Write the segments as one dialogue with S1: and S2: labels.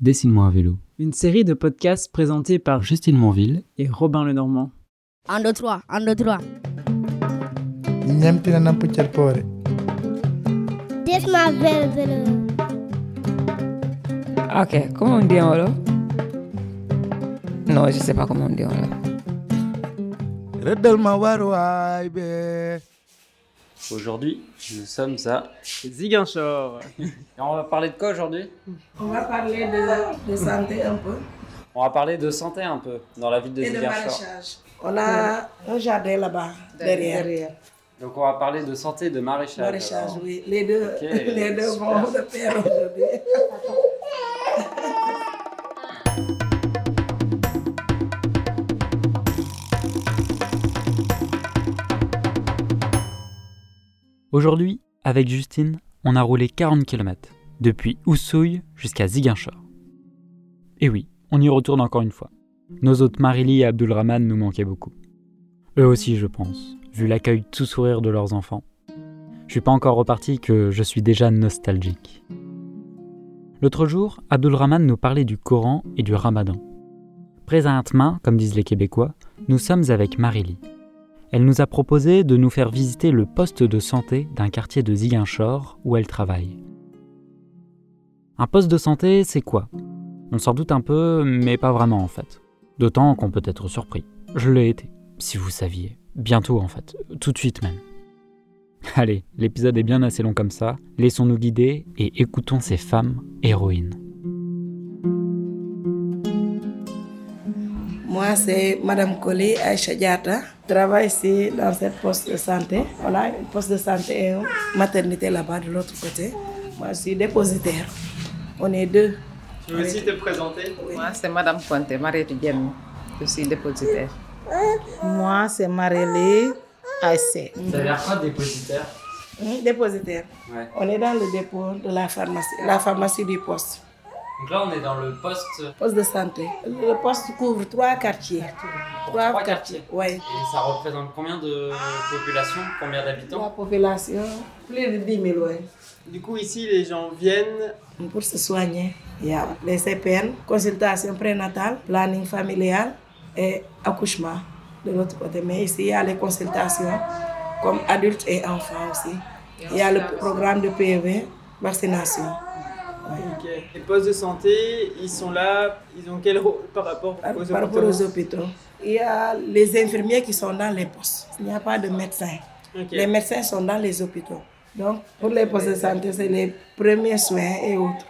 S1: Dessine-moi un vélo.
S2: Une série de podcasts présentés par
S1: Justine Monville,
S2: et Robin Lenormand.
S3: 1, 2, 3, 1, 2, 3.
S4: Niente non pucciar cuore.
S3: This my baby.
S5: Ah, Ok, comment on dit en là Non, je sais pas comment on dit en là.
S4: Rebel mawaro aibe.
S6: Aujourd'hui, nous sommes à.
S2: Ziguinchor
S6: Et on va parler de quoi aujourd'hui
S7: On va parler de, de santé un peu
S6: On va parler de santé un peu dans la ville de
S7: et de
S6: Ziguinchor.
S7: maraîchage. On a un jardin là-bas, derrière.
S6: Donc on va parler de santé et de maraîchage.
S7: Maraîchage,
S6: alors.
S7: oui. Les deux,
S6: Ok,
S7: les deux
S6: super.
S7: vont de pair aujourd'hui.
S1: Aujourd'hui, avec Justine, on a roulé 40 km, depuis Oussouille jusqu'à Ziguinchor. Et oui, on y retourne encore une fois. Nos hôtes Marily et Abdulrahman nous manquaient beaucoup. Eux aussi, je pense, vu l'accueil tout sourire de leurs enfants. Je suis pas encore reparti que je suis déjà nostalgique. L'autre jour, Abdulrahman nous parlait du Coran et du Ramadan. Présentement, comme disent les Québécois, nous sommes avec Marily. Elle nous a proposé de nous faire visiter le poste de santé d'un quartier de Ziguinchor où elle travaille. Un poste de santé, c'est quoi On s'en doute un peu, mais pas vraiment en fait. D'autant qu'on peut être surpris. Je l'ai été, si vous saviez. Bientôt en fait, tout de suite même. Allez, l'épisode est bien assez long comme ça, laissons-nous guider et écoutons ces femmes héroïnes.
S7: Moi, c'est Madame Colli Aïcha Diata. Je travaille ici dans cette poste de santé. On a une poste de santé et une maternité là-bas de l'autre côté. Moi, je suis dépositaire. On est deux.
S8: Je veux aussi te présenter.
S5: Moi, c'est Madame Conte, Marie de Diem. Je suis dépositaire.
S9: Moi, c'est Marélie Aïssé.
S6: Ça a l'air quoi dépositaire
S7: Hum, Dépositaire.
S6: Ouais.
S7: On est dans le dépôt de la pharmacie, la pharmacie du poste.
S6: Donc là, on est dans le poste et
S7: Poste de santé. Le poste couvre trois quartiers. Trois,
S6: Trois quartiers.
S7: quartiers. Oui.
S6: ça représente combien de population, combien
S7: La
S6: d'habitants
S7: population, plus de 10 000, ouais.
S8: Du coup, ici, les gens viennent.
S7: Pour se soigner, il y a les CPN, consultation prénatale, planning familial et accouchement de l'autre côté. Mais ici, il y a les consultations comme adultes et enfants aussi. Il y a le programme de PEV, vaccination.
S8: Ok. Les postes de santé, ils sont là. Ils ont quel rôle par rapport
S7: Ah, Par,
S8: aux
S7: par rapport
S8: hôpitaux
S7: aux hôpitaux, il y a les infirmiers qui sont dans les postes. Il n'y a pas de médecins.
S8: Ok.
S7: Les médecins sont dans les hôpitaux. Donc, pour les postes de santé, c'est les premiers soins et autres.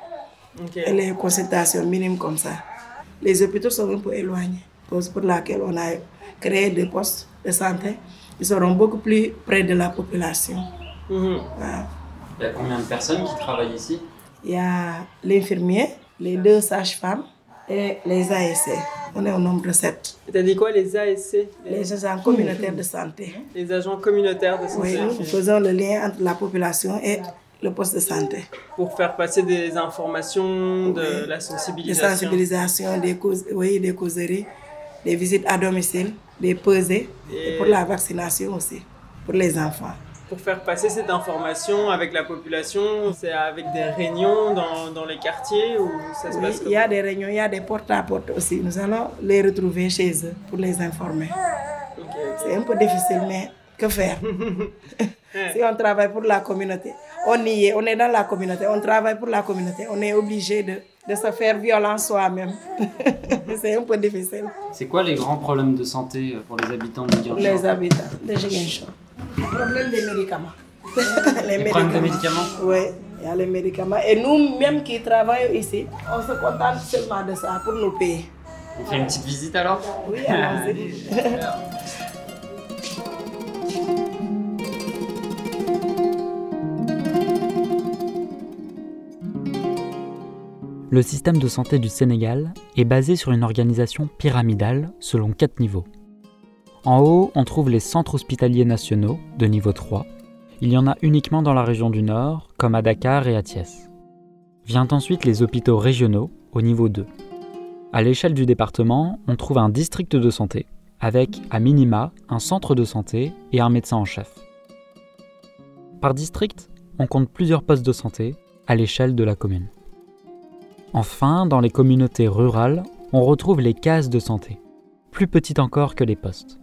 S8: Ok.
S7: Et les consultations minimes comme ça. Les hôpitaux sont un peu éloignés, cause pour laquelle on a créé des postes de santé. Ils seront beaucoup plus près de la population.
S8: Mhm.
S7: Voilà.
S6: Il y a combien de personnes qui travaillent ici
S7: Il y a l'infirmier, les deux sages-femmes et les ASC. On est au nombre de sept.
S8: Et T'as dit quoi, les ASC les,
S7: Les agents communautaires de santé.
S8: les agents communautaires de
S7: Oui,
S8: santé.
S7: nous faisons le lien entre la population et le poste de santé.
S8: Pour faire passer des informations, de
S7: Oui.
S8: la
S7: des
S8: sensibilisation.
S7: sensibilisations, des, cause, oui, des causeries, des visites à domicile, des pesées, et...
S8: Et-
S7: pour la vaccination aussi, pour les enfants.
S8: Pour faire passer cette information avec la population, c'est avec des réunions dans, dans les quartiers où ça se
S7: Oui,
S8: passe
S7: il y
S8: comment
S7: a des réunions, il y a des portes à porte aussi. Nous allons les retrouver chez eux pour les informer.
S8: Ok, ok.
S7: C'est un peu difficile, mais que faire Si on travaille pour la communauté, on y est, on est dans la communauté, on travaille pour la communauté, on est obligé de, de se faire violence soi-même. C'est un peu difficile
S6: C'est quoi les grands problèmes de santé euh, pour les habitants de
S7: pour
S6: Ziguinchor
S7: les habitants de Jiguinchor. Problème des médicaments. les
S6: Les problèmes de médicaments
S7: Oui, il y a les médicaments. Et nous-mêmes qui travaillons ici, on se contente seulement de ça pour nous payer.
S6: On fait une petite visite alors
S7: Oui,
S6: Ah.
S7: allons-y.
S1: Le système de santé du Sénégal est basé sur une organisation pyramidale selon quatre niveaux. En haut, on trouve les centres hospitaliers nationaux de niveau 3. Il y en a uniquement dans la région du Nord, comme à Dakar et à Thiès. Vient ensuite les hôpitaux régionaux au niveau 2. À l'échelle du département, on trouve un district de santé, avec à minima un centre de santé et un médecin en chef. Par district, on compte plusieurs postes de santé à l'échelle de la commune.
S2: Enfin, dans les communautés rurales, on retrouve les cases de santé, plus petites encore que les postes.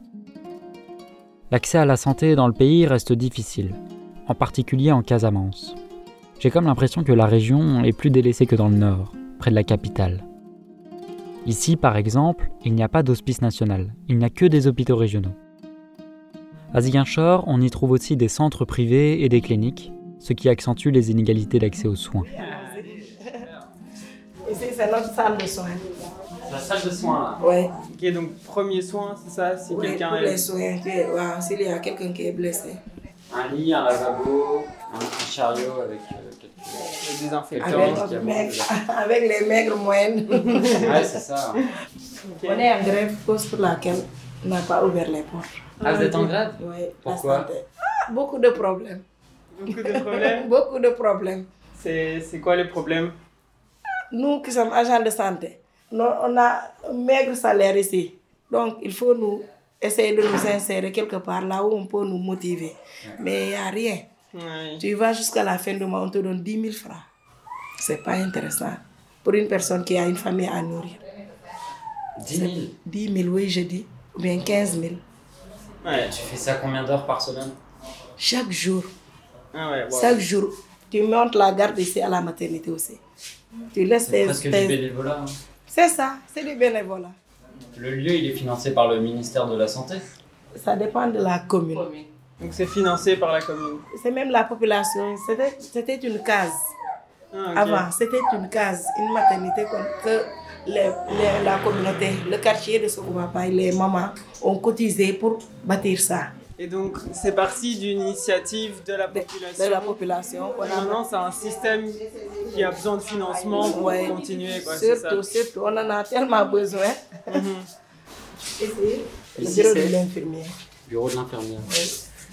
S2: L'accès à la santé dans le pays reste difficile, en particulier en Casamance. J'ai comme l'impression que la région est plus délaissée que dans le nord, près de la capitale. Ici, par exemple, il n'y a pas d'hospice national, il n'y a que des hôpitaux régionaux. À Ziguinchor, on y trouve aussi des centres privés et des cliniques, ce qui accentue les inégalités d'accès aux soins.
S7: Ici, c'est notre salle de soins.
S6: La salle de soins, là.
S7: Oui,
S8: Ok, donc premier soin, c'est ça Si
S7: oui
S8: quelqu'un
S7: pour les
S8: est...
S7: soins. que- ouais, S'il y a quelqu'un qui est blessé,
S6: Un lit, un lavabo, un petit chariot avec euh, quelques...
S8: Le désinfectant.
S7: avec,
S6: qu'il y a
S7: notre maigre- avec les maigres moyennes.
S6: Ouais, c'est ça. hein.
S8: Ok.
S7: On est en grève, cause pour laquelle on n'a pas ouvert les portes.
S6: Ah, vous êtes en grève
S7: Oui,
S6: Pourquoi
S7: la santé. Ah, Beaucoup de problèmes.
S8: Beaucoup de problèmes.
S7: Beaucoup de problèmes.
S8: C'est c'est quoi les problèmes
S7: Nous qui sommes agents de santé, nous, on a un maigre salaire ici. Donc, il faut nous essayer de nous insérer quelque part là où on peut nous motiver. Mais il n'y a rien.
S8: Ouais.
S7: Tu vas jusqu'à la fin du mois, on te donne 10 000 francs. C'est pas intéressant pour une personne qui a une famille à nourrir.
S6: 10 000
S7: 10 000, oui, je dis, ou bien 15 000.
S8: Ouais.
S6: Tu fais ça combien d'heures par semaine
S7: Chaque jour,
S8: Ah ouais, wow.
S7: chaque jour, tu montes la garde ici à la maternité aussi. Tu laisses
S6: C'est
S7: tes...
S6: presque
S7: tes-
S6: du bénévolat. hein.
S7: C'est ça, c'est du bénévolat.
S6: Le lieu, il est financé par le ministère de la Santé.
S7: Ça dépend de la commune.
S8: Donc c'est financé par la commune.
S7: C'est même la population. C'était- C'était une case.
S8: Ah, ok.
S7: Avant, c'était une case, une maternité qu'on- que les- les- la communauté, le quartier de Sokobapa et les mamans ont cotisé pour bâtir ça.
S8: Et donc c'est parti d'une initiative de la
S7: De,
S8: population.
S7: de la population. qu'on
S8: Et
S7: a-
S8: Maintenant c'est un système qui a besoin de financement pour
S7: Ouais.
S8: continuer. Quoi, c'est ça.
S7: surtout, surtout, on en a tellement besoin.
S8: Mhm.
S7: Ici, le
S6: Ici,
S7: bureau de
S6: c'est-
S7: l'infirmier.
S6: Bureau de l'infirmière.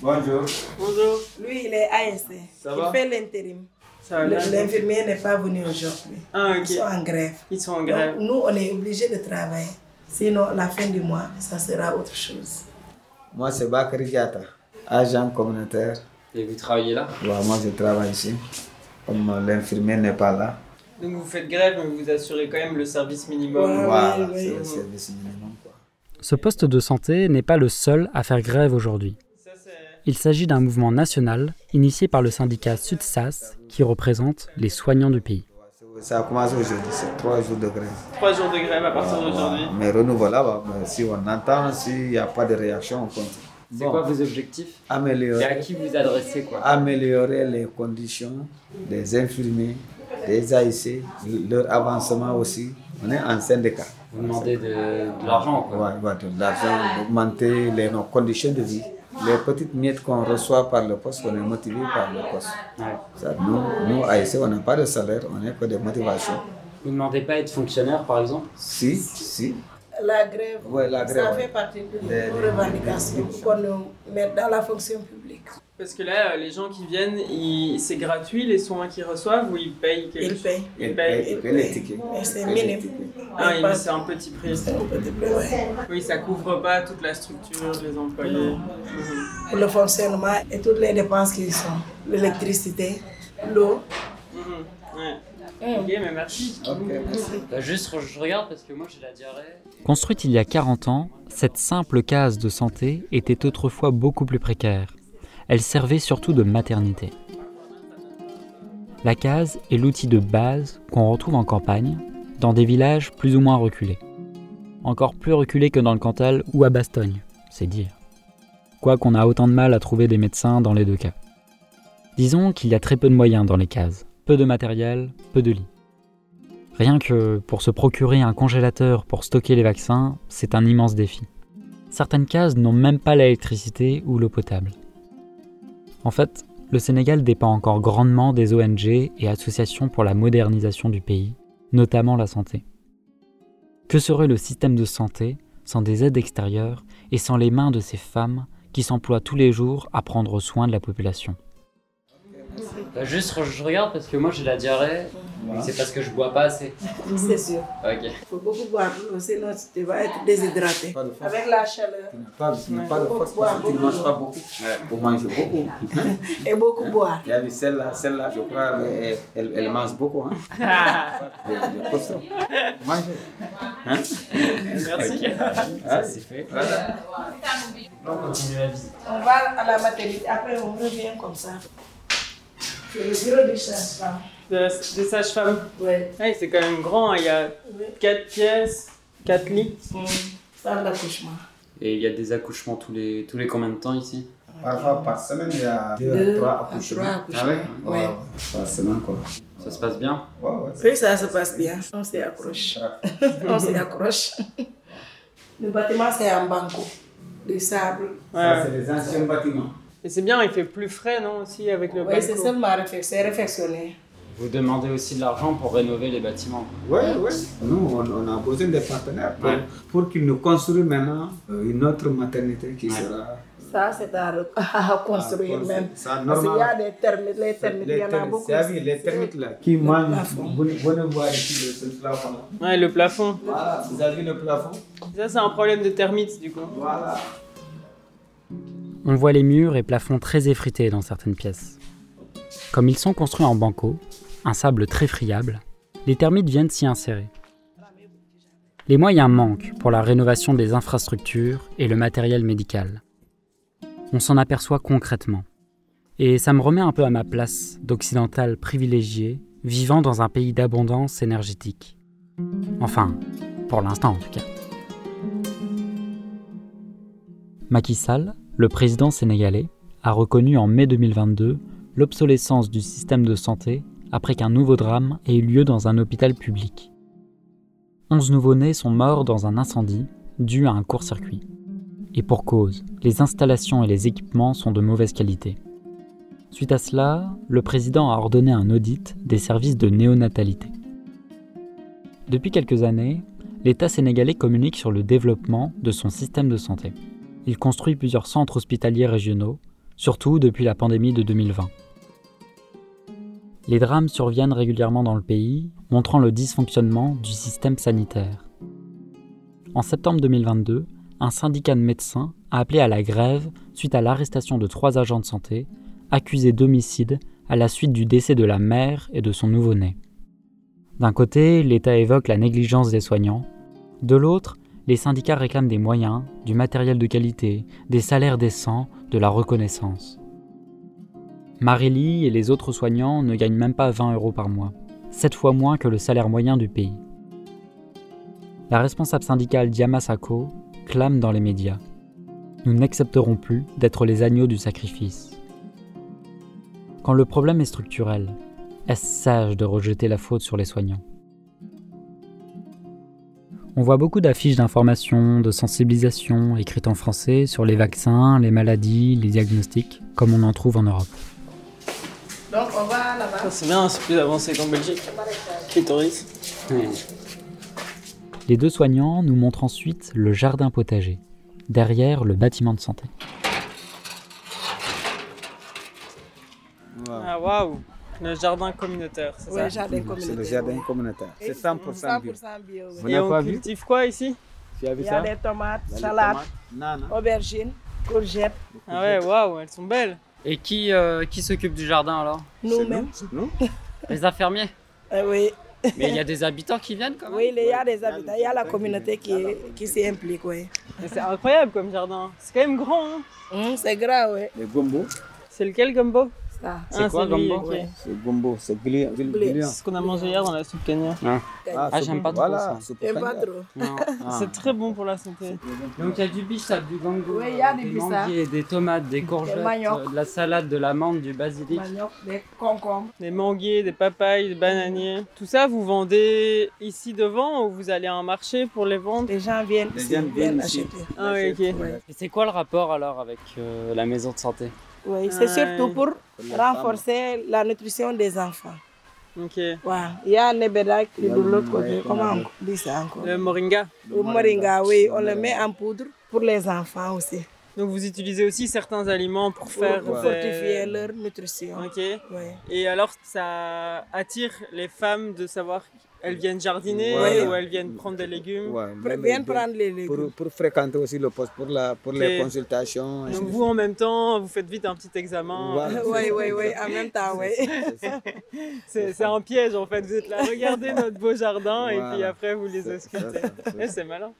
S10: Bonjour.
S8: Bonjour.
S7: Lui, il est ASC.
S8: Ça
S7: il
S8: va
S7: fait l'intérim.
S8: Ça va
S7: Le-
S8: bien
S7: L'infirmier n'est pas venu aujourd'hui.
S8: Ah
S7: Ils sont
S8: ok.
S7: en grève.
S8: Ils sont en
S7: Donc,
S8: grève.
S7: nous, on est obligé de travailler. Sinon, la fin du mois, ça sera autre chose.
S1: Moi, c'est Bakary Diata, agent communautaire.
S6: Et vous travaillez là
S1: Ouais, moi, je travaille ici. Comme euh, l'infirmier n'est pas là,
S8: Donc vous faites grève mais vous assurez quand même le service
S7: Ouais.
S8: minimum.
S1: voilà,
S7: oui, oui.
S1: c'est le service minimum. Quoi.
S2: Ce poste de santé n'est pas le seul à faire grève aujourd'hui.
S8: Ça, c'est-
S2: Il s'agit d'un mouvement national initié par le syndicat SUDSAS qui représente les soignants du pays.
S1: C'est- Ça commence aujourd'hui, c'est trois jours de grève.
S8: Trois jours de grève à partir
S1: Ouais,
S8: d'aujourd'hui.
S1: ouais. Mais renouvelable, bah, si on entend, s'il n'y a pas de réaction, on continue.
S6: C'est
S1: Bon,
S6: quoi vos objectifs Et à
S1: améliorer,
S6: qui vous adressez quoi
S1: améliorer les conditions des infirmiers, des AIC, leur avancement aussi. On est en syndicat.
S6: Vous demandez de, de l'argent quoi.
S1: Ouais, ouais, de l'argent, augmenter les, nos conditions de vie. Les petites miettes qu'on reçoit par le poste, on est motivé par le poste.
S6: Ouais.
S1: Ça, nous, nous, à IC, on n'a pas de salaire, on n'a que des motivations.
S6: Vous demandez pas à être fonctionnaire par exemple
S1: Si, si.
S7: La grève,
S1: Ouais, la grève,
S7: ça
S1: ouais.
S7: fait partie de
S1: Des-
S7: nos
S1: des-
S7: revendications
S1: des-
S7: qu'on nous met dans la fonction publique.
S8: Parce que là, euh, les gens qui viennent, ils- c'est gratuit les soins qu'ils reçoivent ou ils payent quelque
S7: Ils
S8: chose
S7: payent.
S8: Ils
S1: Et
S8: payent.
S1: paye- et paye les tickets.
S7: Mais c'est
S1: Ils payent les
S7: minime.
S1: tickets.
S8: Ah,
S7: Ils
S8: il-
S7: passent-
S8: c'est un petit prix.
S7: Ouais.
S8: Oui, ça couvre pas toute la structure, les employés. Mhm.
S7: Pour le fonctionnement et toutes les dépenses qui sont. L'électricité, l'eau.
S8: Mhm. Ouais. Ok, mais merci.
S1: Ok, merci.
S6: Bah, Juste je regarde parce que moi j'ai la diarrhée.
S2: Construite il y a 40 ans, cette simple case de santé était autrefois beaucoup plus précaire. Elle servait surtout de maternité. La case est l'outil de base qu'on retrouve en campagne, dans des villages plus ou moins reculés. Encore plus reculés que dans le Cantal ou à Bastogne, c'est dire. Quoiqu'on a autant de mal à trouver des médecins dans les deux cas. Disons qu'il y a très peu de moyens dans les cases, peu de matériel, peu de lits. Rien que pour se procurer un congélateur pour stocker les vaccins, c'est un immense défi. Certaines cases n'ont même pas l'électricité ou l'eau potable. En fait, le Sénégal dépend encore grandement des ONG et associations pour la modernisation du pays, notamment la santé. Que serait le système de santé sans des aides extérieures et sans les mains de ces femmes qui s'emploient tous les jours à prendre soin de la population
S6: Bah, juste, re- je regarde parce que moi j'ai la diarrhée, mais c'est parce que je bois pas assez.
S7: C'est sûr.
S6: Ok.
S7: Il faut beaucoup boire, sinon tu vas être déshydraté.
S11: Pas de force.
S7: Avec la chaleur.
S11: Tu n'as pas, tu n'as pas de force parce que tu ne manges pas beaucoup. Vous mangez beaucoup.
S7: Et beaucoup boire.
S11: Il y a une celle-là, celle-là, je crois, elle, elle, elle mange beaucoup. Hein. Elle est costaud.
S6: Ah,
S11: Mangez. Hein?
S8: Merci.
S11: Ça, c'est fait. Voilà.
S7: On va à la maternité, après on revient comme ça. C'est le bureau du sage-femme.
S8: De la- Des sages-femmes.
S7: Ouais.
S8: Ah, c'est quand même grand, hein, il y a
S7: Oui.
S8: 4 pièces, 4 lits.
S7: Mmh. Salle d'accouchement.
S6: Et il y a des accouchements tous les, tous les combien de temps ici
S11: Parfois, par semaine, il y a deux,
S7: Deux,
S11: trois accouchements.
S7: trois accouchements.
S11: Ah ouais?
S7: Ouais.
S11: Ouais, ouais. Par semaine, quoi.
S6: Ça se passe bien
S11: Ouais, ouais.
S7: Oui, ça se passe bien. On s'y accroche. On s'y accroche. Le bâtiment, c'est en banco. De sable.
S11: Ça,
S8: Ouais.
S11: c'est les anciens bâtiments.
S8: Et c'est bien, il fait plus frais, non, aussi, avec le
S7: Oui, c'est
S8: balcon.
S7: seulement réflexion. C'est réflexionné.
S6: Vous demandez aussi de l'argent pour rénover les bâtiments.
S11: Oui, oui. Nous, on, on a besoin des partenaires pour,
S6: Ouais.
S11: pour qu'ils nous construisent maintenant euh, une autre maternité qui
S6: Ouais.
S11: sera
S7: Ça, c'est à, re- à construire
S11: construite.
S7: même.
S11: Ah, Ça,
S7: Parce qu'il y a
S11: normal.
S7: des termites, les termites, il y en a
S11: termites,
S7: beaucoup.
S11: c'est la vie, les termites là, qui mangent.
S7: plafond.
S11: Vous, vous ne voyez plus le- ce plafond là.
S8: Ouais, le plafond.
S11: Voilà, vous avez vu le plafond
S8: Ça, c'est un problème de termites, du coup.
S11: Voilà.
S1: On voit les murs et plafonds très effrités dans certaines pièces. Comme ils sont construits en banco, un sable très friable, les termites viennent s'y insérer. Les moyens manquent pour la rénovation des infrastructures et le matériel médical. On s'en aperçoit concrètement. Et ça me remet un peu à ma place d'occidental privilégié vivant dans un pays d'abondance énergétique. Enfin, pour l'instant en tout cas. Macky Sall, le président sénégalais, a reconnu en mai 2022 l'obsolescence du système de santé après qu'un nouveau drame ait eu lieu dans un hôpital public. 11 nouveau-nés sont morts dans un incendie dû à un court-circuit. Et pour cause, les installations et les équipements sont de mauvaise qualité. Suite à cela, le président a ordonné un audit des services de néonatalité. Depuis quelques années, l'État sénégalais communique sur le développement de son système de santé il construit plusieurs centres hospitaliers régionaux, surtout depuis la pandémie de 2020. Les drames surviennent régulièrement dans le pays, montrant le dysfonctionnement du système sanitaire. En septembre 2022, un syndicat de médecins a appelé à la grève suite à l'arrestation de trois agents de santé accusés d'homicide à la suite du décès de la mère et de son nouveau-né. D'un côté, l'État évoque la négligence des soignants, de l'autre, les syndicats réclament des moyens, du matériel de qualité, des salaires décents, de la reconnaissance. Marelli et les autres soignants ne gagnent même pas 20 euros par mois, 7 fois moins que le salaire moyen du pays. La responsable syndicale Diama Sacco clame dans les médias Nous n'accepterons plus d'être les agneaux du sacrifice. Quand le problème est structurel, est-ce sage de rejeter la faute sur les soignants on voit beaucoup d'affiches d'information, de sensibilisation écrites en français sur les vaccins, les maladies, les diagnostics, comme on en trouve en Europe.
S7: Donc on va là-bas.
S8: Ça, c'est bien, c'est plus avancé qu'en Belgique. Clitoris.
S1: Les deux soignants nous montrent ensuite le jardin potager, derrière le bâtiment de santé.
S11: Voilà.
S8: Ah, waouh. Le jardin communautaire, c'est
S7: Oui,
S8: ça.
S7: jardin
S11: C'est le
S7: communautaire.
S11: jardin communautaire. C'est 100% bio.
S7: 100% bio, oui.
S11: Vous
S8: Et
S11: n'avez pas
S8: on
S11: vu
S8: cultive quoi ici
S11: Tu as vu
S7: Il y a
S11: ça
S7: des tomates,
S11: Il y a les
S7: salades,
S11: tomates. Non, non.
S7: aubergines, courgettes.
S8: Ah ouais, waouh, elles sont belles.
S6: Et qui, euh, qui s'occupe du jardin alors
S7: Nous-mêmes.
S11: Non
S6: Les infirmiers
S7: Eh oui,
S6: Mais il y a des habitants qui viennent quand même
S7: oui, il y a des habitants, il y a la communauté qui, qui s'y implique, oui.
S8: Mais C'est incroyable comme jardin. C'est quand même grand. hein.
S7: Hum, c'est gras, oui.
S11: Le gombo.
S8: C'est lequel, Gumbo
S7: Ça,
S8: Ah,
S6: quoi,
S8: lui,
S6: Gumbo
S8: ok.
S11: C'est gombo, c'est gluant.
S7: Blé.
S8: C'est ce qu'on a mangé hier dans la soupe cagnard.
S6: Ah, j'aime pas trop
S11: voilà,
S6: ça.
S11: soupe
S7: et
S11: cagna.
S7: pas trop.
S6: Non.
S11: Ah.
S8: C'est très bon pour la santé.
S6: Donc il y a du bissap, du gango,
S7: Oui, il y a
S6: des
S7: du bissap.
S6: manguiers, des tomates, des courgettes,
S7: manioc.
S6: euh, de la salade, de l'amande, du basilic.
S7: Manioc, des concombres.
S8: Des manguiers, des papayes, des bananiers. Tout ça, vous vendez ici devant ou vous allez à un marché pour les vendre
S7: Les gens viennent
S11: Les
S7: ici,
S11: gens viennent
S7: viennent
S11: ici.
S7: acheter.
S8: Ah oui, ok.
S7: Ouais.
S6: Et c'est quoi le rapport alors avec euh, la maison de santé
S7: Oui, c'est
S8: Ouais.
S7: surtout pour
S11: Ah, les
S7: renforcer la nutrition des enfants.
S8: Ok.
S7: Ouais. Il y a un ébéda qui
S11: Il
S7: est
S11: y a
S7: de
S11: un
S7: l'autre côté.
S11: ébéda.
S7: Comment on dit ça encore
S8: Le moringa.
S7: Le moringa, oui, on le met en poudre pour les enfants aussi.
S8: Donc vous utilisez aussi certains aliments pour
S11: Oh,
S7: pour
S8: faire des-
S7: fortifier leur nutrition.
S8: Ok.
S7: Ouais.
S8: Et alors ça attire les femmes de savoir elles viennent jardiner
S11: Voilà.
S8: ou elles viennent prendre des légumes.
S11: Ouais,
S7: Pour
S11: Ah, même
S7: bien
S11: de-
S7: prendre les
S11: pour,
S7: légumes.
S11: pour fréquenter aussi le poste, pour, la, pour les
S8: Ok.
S11: consultations. et
S8: Donc
S11: tout.
S8: vous en même temps vous faites vite un petit examen.
S11: Voilà, c'est
S7: Oui,
S11: ça,
S7: oui, oui,
S11: exact.
S7: en même temps, oui.
S11: C'est ça,
S8: C'est c'est un piège en fait. Vous êtes là, regardez notre beau jardin
S11: Voilà.
S8: et puis après vous les
S11: c'est ça.
S8: auscultez.
S11: C'est ça,
S8: Eh,
S11: c'est ça.
S8: C'est malin.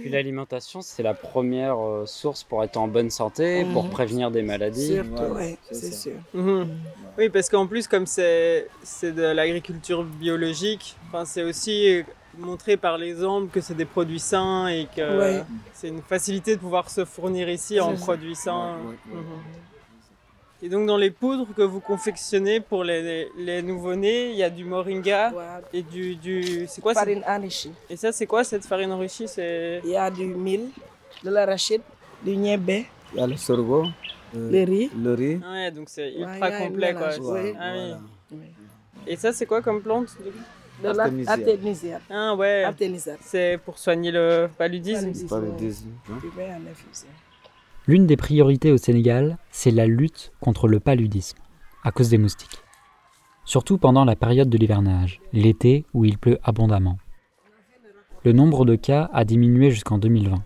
S6: Puis l'alimentation, c'est la première euh, source pour être en bonne santé, pour
S7: Mhm.
S6: prévenir des maladies.
S7: Surtout,
S11: Voilà,
S7: oui,
S11: c'est
S7: c'est
S11: ça.
S7: sûr.
S8: Mhm. Oui, parce qu'en plus, comme c'est c'est de l'agriculture biologique, enfin, c'est aussi euh, montré par l'exemple que c'est des produits sains et
S11: Euh,
S8: que
S7: Ouais.
S8: c'est une facilité de pouvoir se fournir ici en produits sains.
S11: Ouais, ouais, ouais.
S8: Mhm. Et donc, dans les poudres que vous confectionnez pour les, les nouveau-nés, il y a du moringa
S7: Ouais.
S8: et du. du c'est quoi c'est-
S7: Farine enrichie.
S8: Et ça, c'est quoi cette farine enrichie C'est.
S7: Il y a du mil, de l'arachide, du niébé,
S11: Il y a le sorgho, euh,
S7: le riz.
S11: le riz.
S8: Ouais, donc c'est
S7: Ouais,
S8: ultra
S7: il y a un
S8: complet quoi.
S7: mélange,
S11: Voilà,
S7: oui.
S8: Ah oui.
S11: voilà.
S8: Et ça, c'est quoi comme plante du coup
S7: De
S11: Artemisia.
S7: l'artémisia.
S8: Ah ouais.
S7: Artémisia.
S8: C'est pour soigner le paludisme.
S7: Paludisme,
S11: Pas le
S7: ouais.
S11: désir, hein.
S7: Tu mets en infusion.
S1: L'une des priorités au Sénégal, c'est la lutte contre le paludisme, à cause des moustiques. Surtout pendant la période de l'hivernage, l'été où il pleut abondamment. Le nombre de cas a diminué jusqu'en 2020,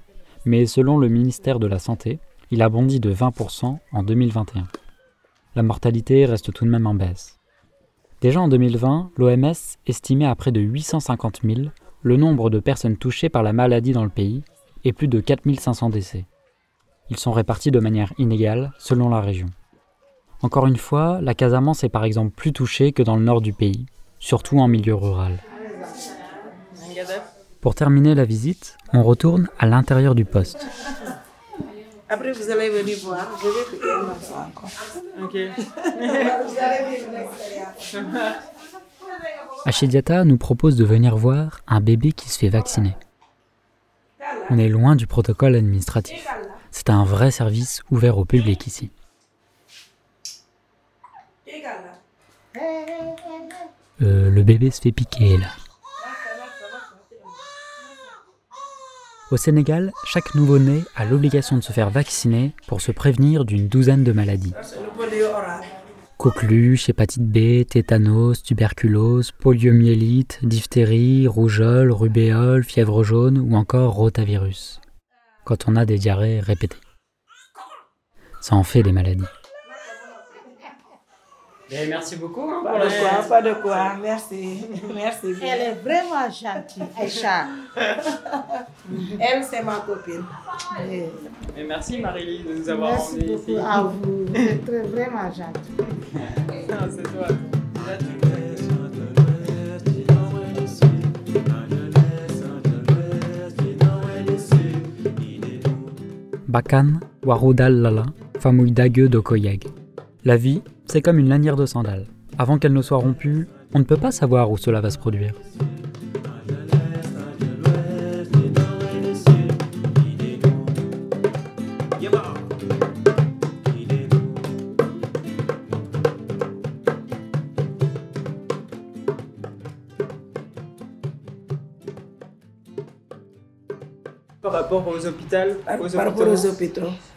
S1: mais selon le ministère de la Santé, il a bondi de 20% en 2021. La mortalité reste tout de même en baisse. Déjà en 2020, l'OMS estimait à près de 850 000 le nombre de personnes touchées par la maladie dans le pays et plus de 4500 décès. Ils sont répartis de manière inégale selon la région. Encore une fois, la Casamance est par exemple plus touchée que dans le nord du pays, surtout en milieu rural. Pour terminer la visite, on retourne à l'intérieur du poste.
S7: Après, vous allez venir voir. Je vais piquer un enfant encore.
S8: Ok.
S7: Vous allez vivre l'expérience.
S1: Achediata nous propose de venir voir un bébé qui se fait vacciner. On est loin du protocole administratif. C'est un vrai service ouvert au public ici. Euh, le bébé se fait piquer là. Au Sénégal, chaque nouveau-né a l'obligation de se faire vacciner pour se prévenir d'une douzaine de maladies.
S7: C'est le polio oral.
S1: Coqueluche, hépatite B, tétanos, tuberculose, poliomyélite, diphtérie, rougeole, rubéole, fièvre jaune ou encore rotavirus. Quand on a des diarrhées répétées. Ça en fait des maladies.
S6: Eh, merci beaucoup. hein,
S7: Pas
S6: pour la-
S7: de quoi, pas de quoi. Merci. Merci.
S9: Elle est vraiment gentille, Aïcha.
S7: Elle, c'est ma copine.
S9: Oui.
S8: Et merci Marie-Lie de nous avoir
S9: Merci
S8: rendus ici.
S9: beaucoup
S7: Ah,
S9: à vous. Vous êtes vraiment gentille.
S8: Ah, C'est toi. Là, tu le fais.
S1: Bakan, Warudal Lala, famouille d'agueux d'Okoyeg. La vie, c'est comme une lanière de sandales. Avant qu'elle ne soit rompue, on ne peut pas savoir où cela va se produire.
S8: Par rapport aux hôpitaux,
S7: Par,
S8: aux
S7: par rapport
S8: hôpitaux.
S7: Ah, aux hôpitaux.